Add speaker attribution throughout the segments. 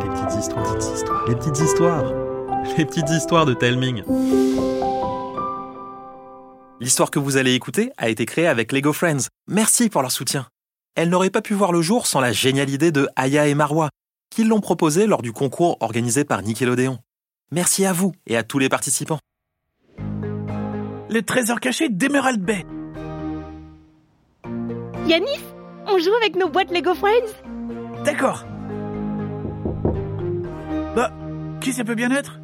Speaker 1: petites histoires. Les petites histoires. Les petites histoires de Telming. L'histoire que vous allez écouter a été créée avec Lego Friends. Merci pour leur soutien. Elle n'aurait pas pu voir le jour sans la géniale idée de Aya et Marwa, qui l'ont proposée lors du concours organisé par Nickelodeon. Merci à vous et à tous les participants.
Speaker 2: Le trésor caché d'Emerald Bay.
Speaker 3: Yanis, on joue avec nos boîtes Lego Friends
Speaker 2: D'accord. Bah, qui ça peut bien être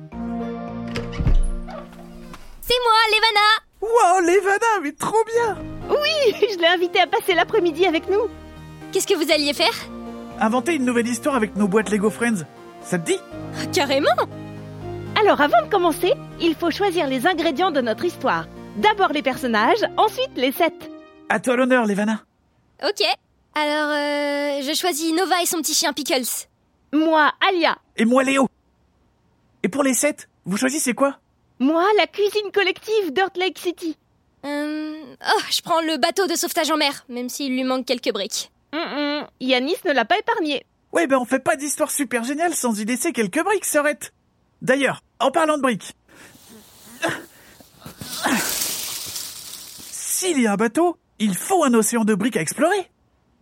Speaker 4: C'est moi, Levana
Speaker 2: Wow, Levana, mais trop bien
Speaker 3: Je l'ai invité à passer l'après-midi avec nous.
Speaker 4: Qu'est-ce que vous alliez faire
Speaker 2: Inventer une nouvelle histoire avec nos boîtes Lego Friends. Ça te dit
Speaker 4: Carrément
Speaker 3: Alors avant de commencer, il faut choisir les ingrédients de notre histoire. D'abord les personnages, ensuite les sets.
Speaker 2: À toi l'honneur, Levana.
Speaker 4: Ok. Alors, euh, je choisis Nova et son petit chien Pickles.
Speaker 3: Moi, Alia.
Speaker 2: Et moi, Léo. Et pour les 7, vous choisissez quoi
Speaker 3: Moi, la cuisine collective Dirt Lake City.
Speaker 4: Euh, oh, je prends le bateau de sauvetage en mer, même s'il lui manque quelques briques.
Speaker 3: Hum, hum, Yanis ne l'a pas épargné.
Speaker 2: Ouais, ben on fait pas d'histoire super géniale sans y laisser quelques briques, sœurette. D'ailleurs, en parlant de briques. S'il y a un bateau, il faut un océan de briques à explorer.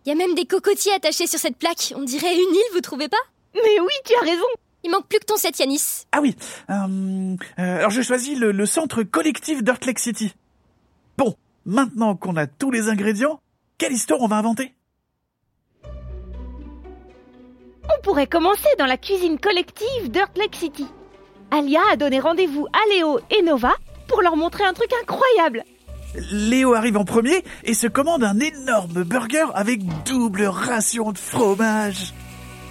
Speaker 4: Il y a même des cocotiers attachés sur cette plaque. On dirait une île, vous trouvez pas
Speaker 3: Mais oui, tu as raison.
Speaker 4: Il manque plus que ton set, Yanis.
Speaker 2: Ah oui, euh, euh, alors je choisis le, le centre collectif Dirt Lake City. Bon, maintenant qu'on a tous les ingrédients, quelle histoire on va inventer
Speaker 3: On pourrait commencer dans la cuisine collective Dirt Lake City. Alia a donné rendez-vous à Léo et Nova pour leur montrer un truc incroyable.
Speaker 2: Léo arrive en premier et se commande un énorme burger avec double ration de fromage.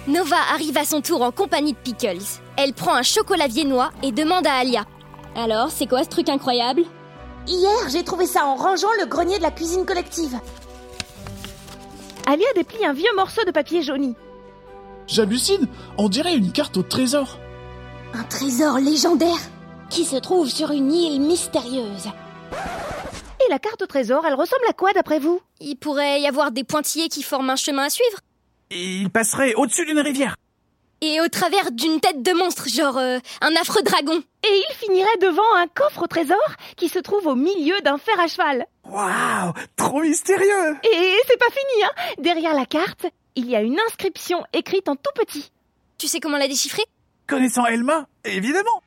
Speaker 4: Nova arrive à son tour en compagnie de Pickles. Elle prend un chocolat viennois et demande à Alia. Alors, c'est quoi ce truc incroyable
Speaker 5: Hier, j'ai trouvé ça en rangeant le grenier de la cuisine collective.
Speaker 3: Alia déplie un vieux morceau de papier jauni.
Speaker 6: J'hallucine, on dirait une carte au trésor.
Speaker 5: Un trésor légendaire qui se trouve sur une île mystérieuse.
Speaker 3: Et la carte au trésor, elle ressemble à quoi d'après vous
Speaker 4: Il pourrait y avoir des pointillés qui forment un chemin à suivre.
Speaker 2: Et il passerait au-dessus d'une rivière.
Speaker 4: Et au travers d'une tête de monstre, genre euh, un affreux dragon.
Speaker 3: Et il finirait devant un coffre au trésor qui se trouve au milieu d'un fer à cheval.
Speaker 2: Waouh, trop mystérieux
Speaker 3: Et c'est pas fini, hein Derrière la carte, il y a une inscription écrite en tout petit.
Speaker 4: Tu sais comment la déchiffrer
Speaker 2: Connaissant Elma, évidemment.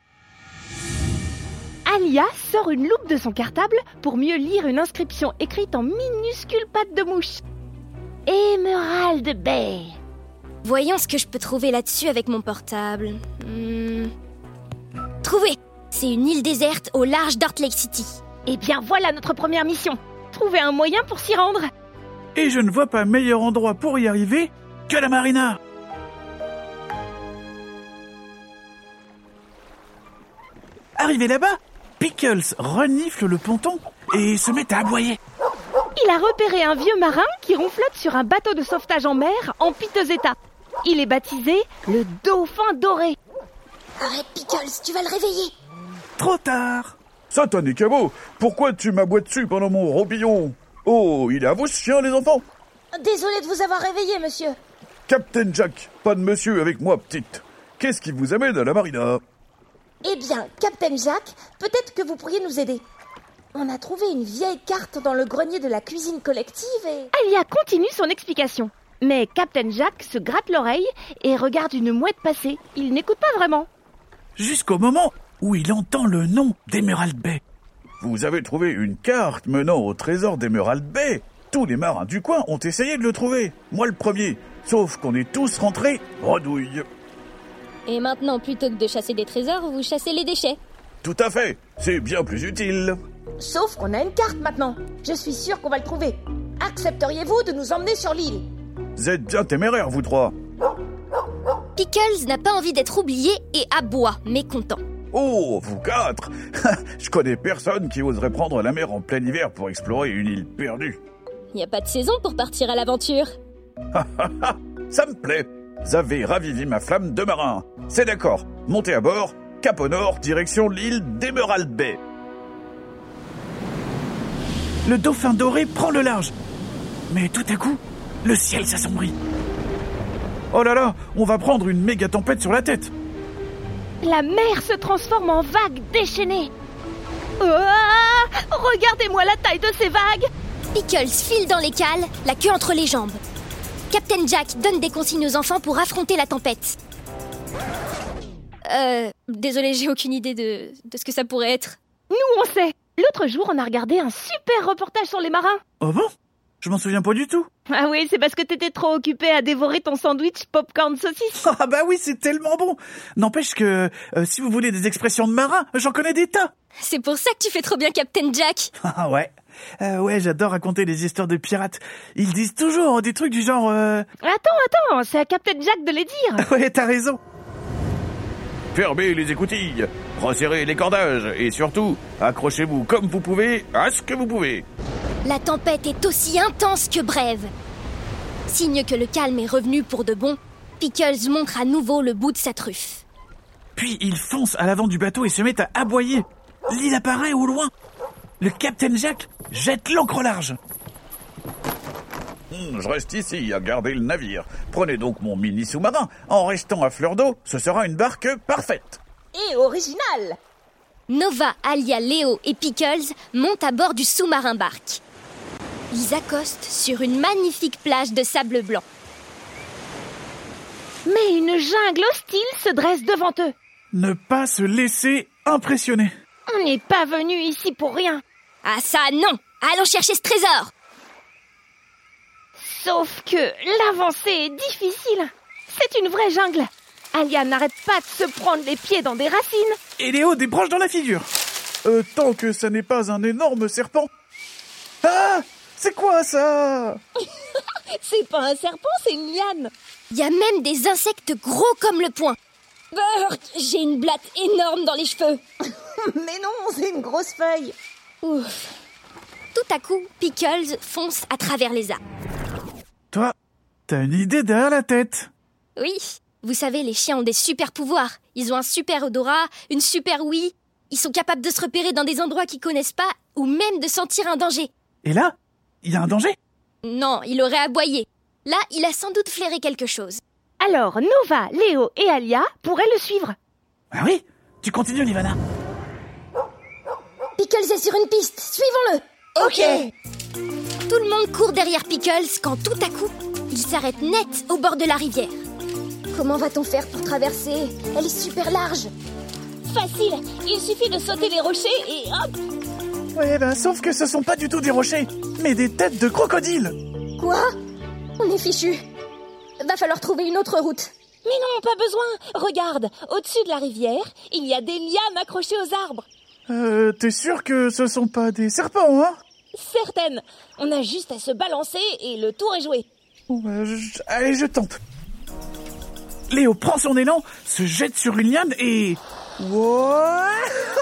Speaker 3: Alia sort une loupe de son cartable pour mieux lire une inscription écrite en minuscules pattes de mouche. Emerald Bay.
Speaker 4: Voyons ce que je peux trouver là-dessus avec mon portable. Hmm. Trouvé C'est une île déserte au large d'Ort Lake City.
Speaker 3: Eh bien voilà notre première mission. Trouver un moyen pour s'y rendre.
Speaker 2: Et je ne vois pas meilleur endroit pour y arriver que la marina. Arrivé là-bas, Pickles renifle le ponton et se met à aboyer.
Speaker 3: Il a repéré un vieux marin qui ronflotte sur un bateau de sauvetage en mer en piteux état. Il est baptisé le Dauphin Doré.
Speaker 5: Arrête, Pickles, tu vas le réveiller.
Speaker 2: Trop tard.
Speaker 7: Satané cabot, pourquoi tu m'aboies dessus pendant mon roupillon Oh, il est à vous ce chien, les enfants
Speaker 5: Désolé de vous avoir réveillé, monsieur.
Speaker 7: Captain Jack, pas de monsieur avec moi, petite. Qu'est-ce qui vous amène à la marina
Speaker 5: Eh bien, Captain Jack, peut-être que vous pourriez nous aider. On a trouvé une vieille carte dans le grenier de la cuisine collective et...
Speaker 3: Alia continue son explication. Mais Captain Jack se gratte l'oreille et regarde une mouette passer. Il n'écoute pas vraiment.
Speaker 2: Jusqu'au moment où il entend le nom d'Emerald Bay.
Speaker 7: Vous avez trouvé une carte menant au trésor d'Emerald Bay. Tous les marins du coin ont essayé de le trouver, moi le premier. Sauf qu'on est tous rentrés redouille.
Speaker 4: Et maintenant, plutôt que de chasser des trésors, vous chassez les déchets.
Speaker 7: Tout à fait, c'est bien plus utile.
Speaker 5: Sauf qu'on a une carte maintenant. Je suis sûre qu'on va le trouver. Accepteriez-vous de nous emmener sur l'île
Speaker 7: Vous êtes bien téméraires, vous trois.
Speaker 4: Pickles n'a pas envie d'être oublié et aboie, mécontent.
Speaker 7: Oh, vous quatre Je connais personne qui oserait prendre la mer en plein hiver pour explorer une île perdue.
Speaker 4: Il n'y a pas de saison pour partir à l'aventure.
Speaker 7: Ça me plaît. Vous avez ravivé ma flamme de marin. C'est d'accord. Montez à bord, cap au nord, direction l'île d'Emerald Bay.
Speaker 2: Le dauphin doré prend le large. Mais tout à coup, le ciel s'assombrit.
Speaker 7: Oh là là, on va prendre une méga tempête sur la tête
Speaker 3: La mer se transforme en vagues déchaînées. Ah Regardez-moi la taille de ces vagues
Speaker 4: Pickles file dans les cales, la queue entre les jambes. Captain Jack donne des consignes aux enfants pour affronter la tempête. Euh, désolé, j'ai aucune idée de, de ce que ça pourrait être.
Speaker 3: Nous, on sait L'autre jour, on a regardé un super reportage sur les marins.
Speaker 2: Oh bon Je m'en souviens pas du tout.
Speaker 3: Ah oui, c'est parce que t'étais trop occupé à dévorer ton sandwich popcorn saucisse.
Speaker 2: Ah bah oui, c'est tellement bon. N'empêche que euh, si vous voulez des expressions de marin, j'en connais des tas.
Speaker 4: C'est pour ça que tu fais trop bien Captain Jack.
Speaker 2: Ah ouais. Euh, ouais, j'adore raconter les histoires de pirates. Ils disent toujours des trucs du genre euh,
Speaker 3: Attends, attends, c'est à Captain Jack de les dire.
Speaker 2: Ouais, t'as raison.
Speaker 7: Fermez les écoutilles, resserrez les cordages et surtout, accrochez-vous comme vous pouvez à ce que vous pouvez.
Speaker 4: La tempête est aussi intense que brève. Signe que le calme est revenu pour de bon, Pickles montre à nouveau le bout de sa truffe.
Speaker 2: Puis ils foncent à l'avant du bateau et se mettent à aboyer. L'île apparaît au loin. Le Captain Jack jette l'ancre au large.
Speaker 7: Hmm, Je reste ici à garder le navire. Prenez donc mon mini sous-marin. En restant à fleur d'eau, ce sera une barque parfaite.
Speaker 5: Et original
Speaker 4: Nova, Alia, Léo et Pickles montent à bord du sous-marin barque. Ils accostent sur une magnifique plage de sable blanc.
Speaker 3: Mais une jungle hostile se dresse devant eux.
Speaker 2: Ne pas se laisser impressionner.
Speaker 3: On n'est pas venu ici pour rien.
Speaker 4: Ah ça non Allons chercher ce trésor
Speaker 3: Sauf que l'avancée est difficile. C'est une vraie jungle. Alia n'arrête pas de se prendre les pieds dans des racines.
Speaker 2: Et Léo débranche dans la figure.
Speaker 7: Euh, tant que ça n'est pas un énorme serpent. Ah C'est quoi ça
Speaker 5: C'est pas un serpent, c'est une liane
Speaker 4: Il y a même des insectes gros comme le poing. Burk J'ai une blatte énorme dans les cheveux
Speaker 5: Mais non, c'est une grosse feuille
Speaker 4: Ouf Tout à coup, Pickles fonce à travers les arbres.
Speaker 2: Toi, t'as une idée derrière la tête.
Speaker 4: Oui, vous savez, les chiens ont des super pouvoirs. Ils ont un super odorat, une super ouïe. Ils sont capables de se repérer dans des endroits qu'ils connaissent pas ou même de sentir un danger.
Speaker 2: Et là, il y a un danger.
Speaker 4: Non, il aurait aboyé. Là, il a sans doute flairé quelque chose.
Speaker 3: Alors Nova, Léo et Alia pourraient le suivre.
Speaker 2: Ah oui Tu continues, Nivana.
Speaker 5: Pickles est sur une piste, suivons-le Ok
Speaker 4: Tout le monde court derrière Pickles quand tout à coup, il s'arrête net au bord de la rivière.
Speaker 5: Comment va-t-on faire pour traverser Elle est super large
Speaker 8: Facile, il suffit de sauter les rochers et hop
Speaker 2: Ouais, bah, sauf que ce sont pas du tout des rochers, mais des têtes de crocodile.
Speaker 5: Quoi On est fichu. Va falloir trouver une autre route.
Speaker 8: Mais non, pas besoin Regarde, au-dessus de la rivière, il y a des lianes accrochées aux arbres.
Speaker 2: Euh, t'es sûr que ce sont pas des serpents, hein
Speaker 8: Certaines On a juste à se balancer et le tour est joué.
Speaker 2: Bon, bah, je- Allez, je tente. Léo prend son élan, se jette sur une liane et... Wouah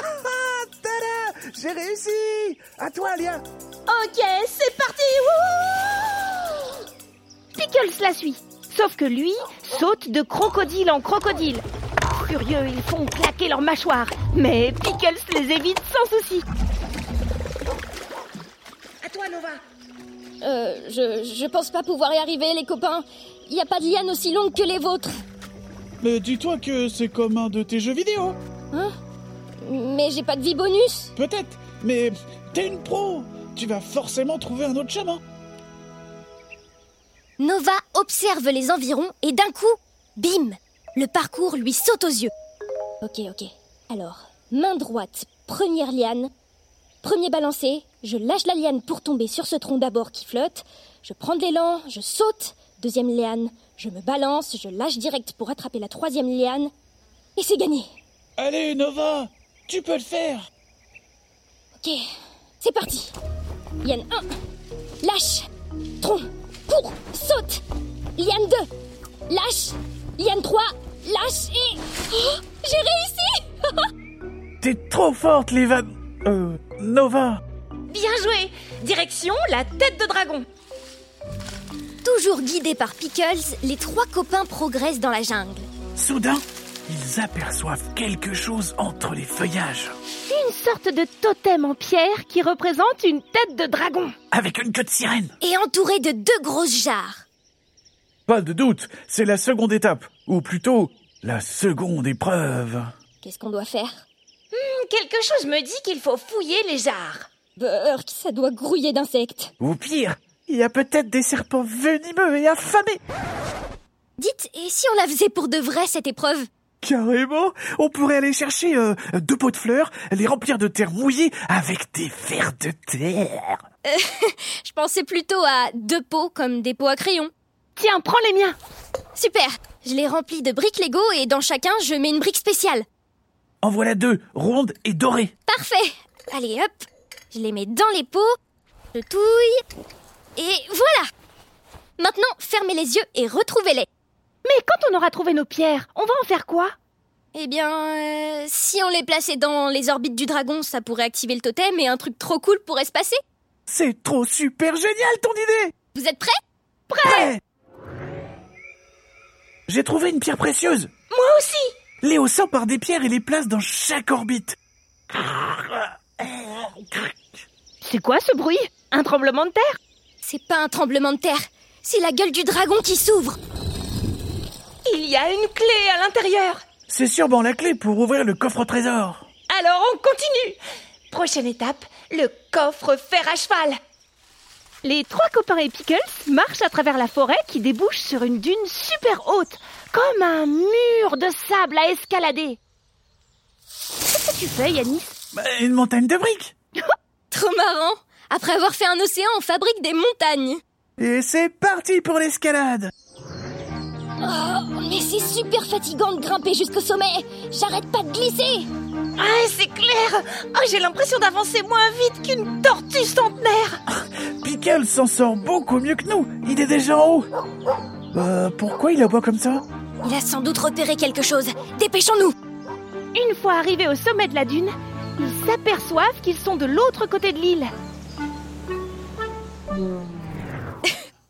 Speaker 2: Tada J'ai réussi À toi, Alia
Speaker 5: Ok, c'est parti
Speaker 3: Pickles la suit. Sauf que lui saute de crocodile en crocodile. Furieux, ils font claquer leurs mâchoires. Mais Pickles les évite sans souci.
Speaker 5: À toi, Nova
Speaker 4: Euh, je, je pense pas pouvoir y arriver, les copains. Il n'y a pas de liane aussi longue que les vôtres.
Speaker 6: Mais dis-toi que c'est comme un de tes jeux vidéo.
Speaker 4: Mais j'ai pas de vie bonus.
Speaker 6: Peut-être, mais t'es une pro. Tu vas forcément trouver un autre chemin.
Speaker 4: Nova observe les environs et d'un coup, bim, le parcours lui saute aux yeux. Ok, ok. Alors, main droite, première liane. Premier balancé, je lâche la liane pour tomber sur ce tronc d'abord qui flotte. Je prends de l'élan, je saute. Deuxième liane, je me balance, je lâche direct pour attraper la troisième liane. Et c'est gagné.
Speaker 6: Allez, Nova, tu peux le faire.
Speaker 4: Ok, c'est parti. Liane 1, lâche, tronc, cours, saute. Liane 2, lâche. Liane 3, lâche et... Oh, j'ai réussi
Speaker 2: T'es trop forte, les vannes. Euh, Nova.
Speaker 8: Bien joué Direction la tête de dragon
Speaker 4: Toujours guidés par Pickles, les trois copains progressent dans la jungle.
Speaker 2: Soudain, ils aperçoivent quelque chose entre les feuillages,
Speaker 3: Une sorte de totem en pierre qui représente une tête de dragon.
Speaker 2: avec une queue de sirène.
Speaker 4: Et entourés de deux grosses jarres.
Speaker 7: Pas de doute, c'est la seconde étape, ou plutôt la seconde épreuve.
Speaker 4: Qu'est-ce qu'on doit faire
Speaker 5: Hmm, Quelque chose me dit qu'il faut fouiller les arts.
Speaker 4: Burk, ça doit grouiller d'insectes.
Speaker 2: Ou pire, il y a peut-être des serpents venimeux et affamés.
Speaker 4: Dites, et si on la faisait pour de vrai cette épreuve
Speaker 2: Carrément, on pourrait aller chercher euh, deux pots de fleurs, les remplir de terre mouillée avec des vers de terre.
Speaker 4: Je pensais plutôt à deux pots comme des pots à crayon.
Speaker 3: Tiens, prends les miens.
Speaker 4: Super Je les remplis de briques Lego et dans chacun, je mets une brique spéciale.
Speaker 2: En voilà deux, rondes et dorées.
Speaker 4: Parfait Allez, hop Je les mets dans les pots, je touille, et voilà Maintenant, fermez les yeux et retrouvez-les.
Speaker 3: Mais quand on aura trouvé nos pierres, on va en faire quoi
Speaker 4: Eh bien, euh, si on les plaçait dans les orbites du dragon, ça pourrait activer le totem et un truc trop cool pourrait se passer.
Speaker 2: C'est trop super génial ton idée
Speaker 4: Vous êtes prêts
Speaker 2: Prêt J'ai trouvé une pierre précieuse
Speaker 5: Moi aussi
Speaker 2: Léo sort par des pierres et les place dans chaque orbite.
Speaker 3: C'est quoi ce bruit Un tremblement de terre
Speaker 4: C'est pas un tremblement de terre, c'est la gueule du dragon qui s'ouvre.
Speaker 5: Il y a une clé à l'intérieur.
Speaker 2: C'est sûrement la clé pour ouvrir le coffre au trésor.
Speaker 5: Alors on continue. Prochaine étape, le coffre fer à cheval.
Speaker 3: Les trois copains et Pickles marchent à travers la forêt qui débouche sur une dune super haute, comme un mur de sable à escalader. Qu'est-ce que tu fais, Yanis
Speaker 2: Bah, une montagne de briques.
Speaker 4: Trop marrant Après avoir fait un océan, on fabrique des montagnes.
Speaker 2: Et c'est parti pour l'escalade.
Speaker 4: Oh, mais c'est super fatigant de grimper jusqu'au sommet J'arrête pas de glisser
Speaker 5: Ah, c'est clair. Oh, j'ai l'impression d'avancer moins vite qu'une tortue centenaire.
Speaker 2: Pickle s'en sort beaucoup mieux que nous. Il est déjà en haut. Euh, pourquoi il aboie comme ça
Speaker 4: Il a sans doute repéré quelque chose. Dépêchons-nous
Speaker 3: Une fois arrivés au sommet de la dune, ils s'aperçoivent qu'ils sont de l'autre côté de l'île.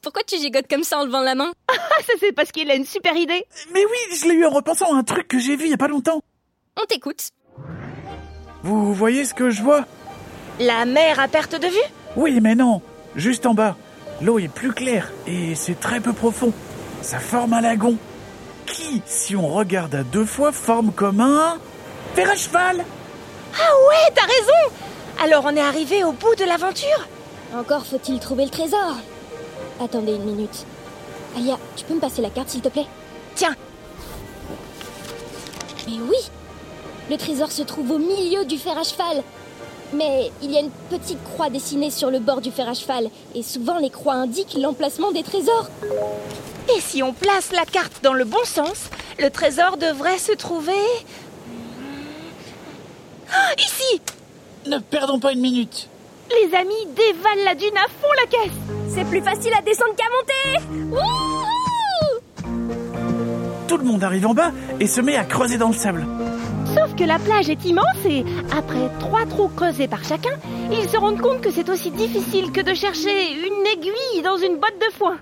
Speaker 4: Pourquoi tu gigotes comme ça en levant la main
Speaker 3: Ah, ça c'est parce qu'il a une super idée.
Speaker 2: Mais oui, je l'ai eu en repensant à un truc que j'ai vu il y a pas longtemps.
Speaker 4: On t'écoute.
Speaker 2: Vous voyez ce que je vois
Speaker 5: La mer à perte de vue
Speaker 2: Oui, mais non. Juste en bas, l'eau est plus claire et c'est très peu profond. Ça forme un lagon. Qui, si on regarde à deux fois, forme comme un fer à cheval.
Speaker 5: Ah ouais, t'as raison. Alors on est arrivé au bout de l'aventure.
Speaker 4: Encore faut-il trouver le trésor. Attendez une minute. Alia, tu peux me passer la carte s'il te plaît
Speaker 5: Tiens.
Speaker 4: Mais oui Le trésor se trouve au milieu du fer à cheval. Mais il y a une petite croix dessinée sur le bord du fer à cheval, et souvent les croix indiquent l'emplacement des trésors.
Speaker 5: Et si on place la carte dans le bon sens, le trésor devrait se trouver... Ah, ici
Speaker 6: Ne perdons pas une minute.
Speaker 3: Les amis dévalent la dune à fond la caisse.
Speaker 4: C'est plus facile à descendre qu'à monter Wouhou
Speaker 2: Tout le monde arrive en bas et se met à creuser dans le sable.
Speaker 3: Sauf que la plage est immense et, après trois trous creusés par chacun, ils se rendent compte que c'est aussi difficile que de chercher une aiguille dans une botte de foin.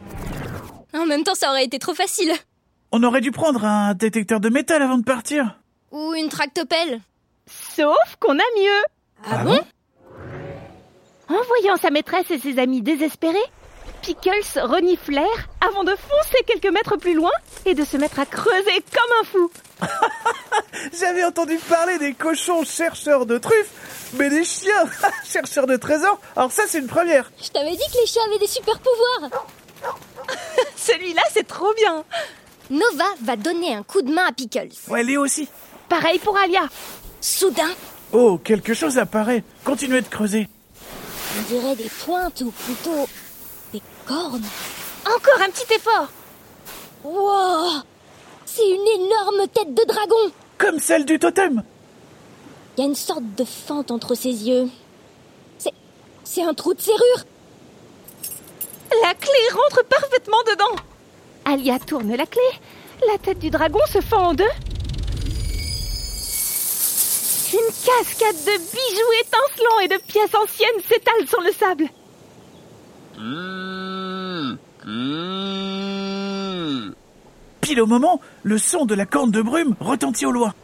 Speaker 4: En même temps, ça aurait été trop facile.
Speaker 2: On aurait dû prendre un détecteur de métal avant de partir.
Speaker 4: Ou une tractopelle.
Speaker 3: Sauf qu'on a mieux.
Speaker 4: Ah, bon
Speaker 3: En voyant sa maîtresse et ses amis désespérés, Pickles renifle l'air avant de foncer quelques mètres plus loin et de se mettre à creuser comme un fou.
Speaker 2: J'avais entendu parler des cochons chercheurs de truffes, mais des chiens chercheurs de trésors, alors ça c'est une première.
Speaker 4: Je t'avais dit que les chiens avaient des super pouvoirs
Speaker 5: Celui-là, c'est trop bien.
Speaker 4: Nova va donner un coup de main à Pickles.
Speaker 2: Ouais, Léo aussi.
Speaker 3: Pareil pour Alia.
Speaker 4: Soudain,
Speaker 2: Oh, quelque chose apparaît. Continuez de creuser.
Speaker 4: on dirait des pointes ou plutôt des cornes.
Speaker 5: Encore un petit effort.
Speaker 4: Wow C'est une énorme tête de dragon
Speaker 2: Comme celle du totem.
Speaker 4: Il y a une sorte de fente entre ses yeux. C'est. C'est un trou de serrure
Speaker 5: La clé rentre parfaitement dedans.
Speaker 3: Alia tourne la clé. La tête du dragon se fend en deux. Une cascade de bijoux étincelants et de pièces anciennes s'étale sur le sable.
Speaker 2: Pile au moment, le son de la corne de brume retentit au loin.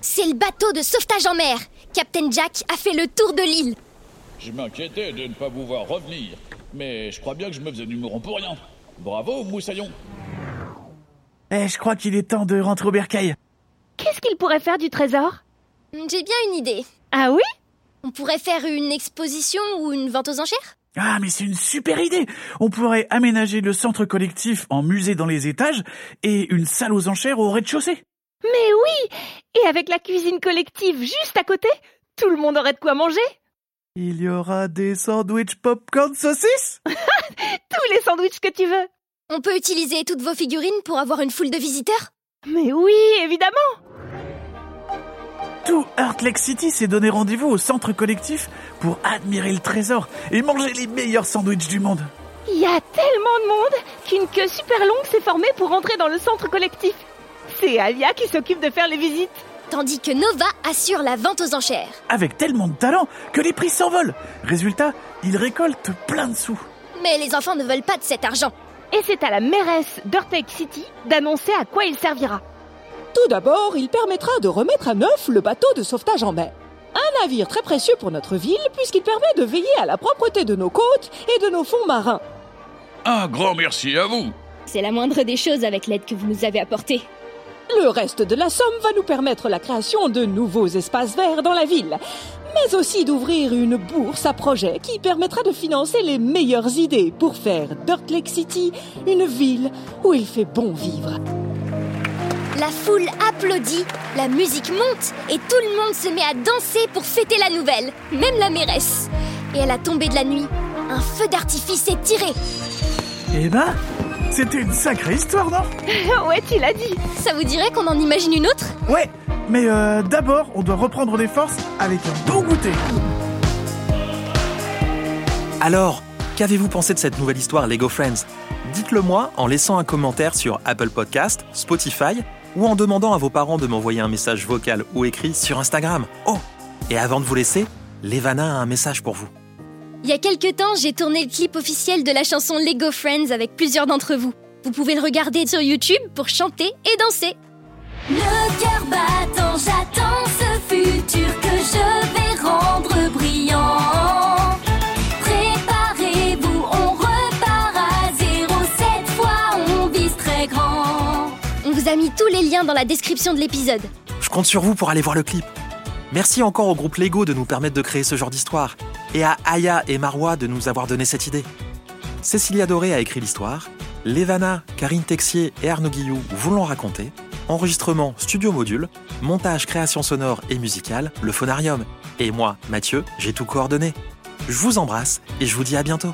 Speaker 4: C'est le bateau de sauvetage en mer Captain Jack a fait le tour de l'île
Speaker 6: Je m'inquiétais de ne pas vous voir revenir, mais je crois bien que je me faisais du mouron pour rien. Bravo, moussaillon.
Speaker 2: Eh, je crois qu'il est temps de rentrer au bercail.
Speaker 3: Qu'est-ce qu'il pourrait faire du trésor
Speaker 4: J'ai bien une idée.
Speaker 3: Ah oui
Speaker 4: On pourrait faire une exposition ou une vente aux enchères
Speaker 2: Ah, mais c'est une super idée On pourrait aménager le centre collectif en musée dans les étages et une salle aux enchères au rez-de-chaussée.
Speaker 3: Mais oui Et avec la cuisine collective juste à côté, tout le monde aurait de quoi manger
Speaker 2: Il y aura des sandwichs popcorn saucisses
Speaker 3: Tous les sandwichs que tu veux
Speaker 4: On peut utiliser toutes vos figurines pour avoir une foule de visiteurs
Speaker 3: Mais oui, évidemment
Speaker 2: Tout Heart Lake City s'est donné rendez-vous au centre collectif pour admirer le trésor et manger les meilleurs sandwichs du monde.
Speaker 3: Il y a tellement de monde qu'une queue super longue s'est formée pour rentrer dans le centre collectif. C'est Alia qui s'occupe de faire les visites.
Speaker 4: Tandis que Nova assure la vente aux enchères.
Speaker 2: Avec tellement de talent que les prix s'envolent. Résultat, il récolte plein de sous.
Speaker 4: Mais les enfants ne veulent pas de cet argent.
Speaker 3: Et c'est à la mairesse d'Ortec City d'annoncer à quoi il servira.
Speaker 9: Tout d'abord, il permettra de remettre à neuf le bateau de sauvetage en mer. Un navire très précieux pour notre ville puisqu'il permet de veiller à la propreté de nos côtes et de nos fonds marins.
Speaker 10: Un grand merci à vous.
Speaker 11: C'est la moindre des choses avec l'aide que vous nous avez apportée.
Speaker 9: Le reste de la somme va nous permettre la création de nouveaux espaces verts dans la ville, mais aussi d'ouvrir une bourse à projet qui permettra de financer les meilleures idées pour faire Dirt Lake City une ville où il fait bon vivre.
Speaker 4: La foule applaudit, la musique monte et tout le monde se met à danser pour fêter la nouvelle, même la mairesse. Et à la tombée de la nuit, un feu d'artifice est tiré.
Speaker 2: Eh ben, c'était une sacrée histoire, non
Speaker 3: ouais, tu l'as dit.
Speaker 4: Ça vous dirait qu'on en imagine une autre
Speaker 2: Ouais, mais euh, d'abord, on doit reprendre des forces avec un bon goûter.
Speaker 1: Alors, qu'avez-vous pensé de cette nouvelle histoire Lego Friends Dites-le moi en laissant un commentaire sur Apple Podcast, Spotify ou en demandant à vos parents de m'envoyer un message vocal ou écrit sur Instagram. Oh Et avant de vous laisser, Levana a un message pour vous.
Speaker 4: Il y a quelques temps, j'ai tourné le clip officiel de la chanson Lego Friends avec plusieurs d'entre vous. Vous pouvez le regarder sur YouTube pour chanter et danser.
Speaker 12: Le cœur battant, j'attends ce futur que je vais rendre brillant. Préparez-vous, on repart à zéro, cette fois on vise très grand.
Speaker 4: On vous a mis tous les liens dans la description de l'épisode.
Speaker 1: Je compte sur vous pour aller voir le clip. Merci encore au groupe Lego de nous permettre de créer ce genre d'histoire et à Aya et Marwa de nous avoir donné cette idée. Cécilia Doré a écrit l'histoire, Levana, Karine Texier et Arnaud Guillou vous l'ont raconté, enregistrement studio module, montage création sonore et musicale, le phonarium. Et moi, Mathieu, j'ai tout coordonné. Je vous embrasse et je vous dis à bientôt.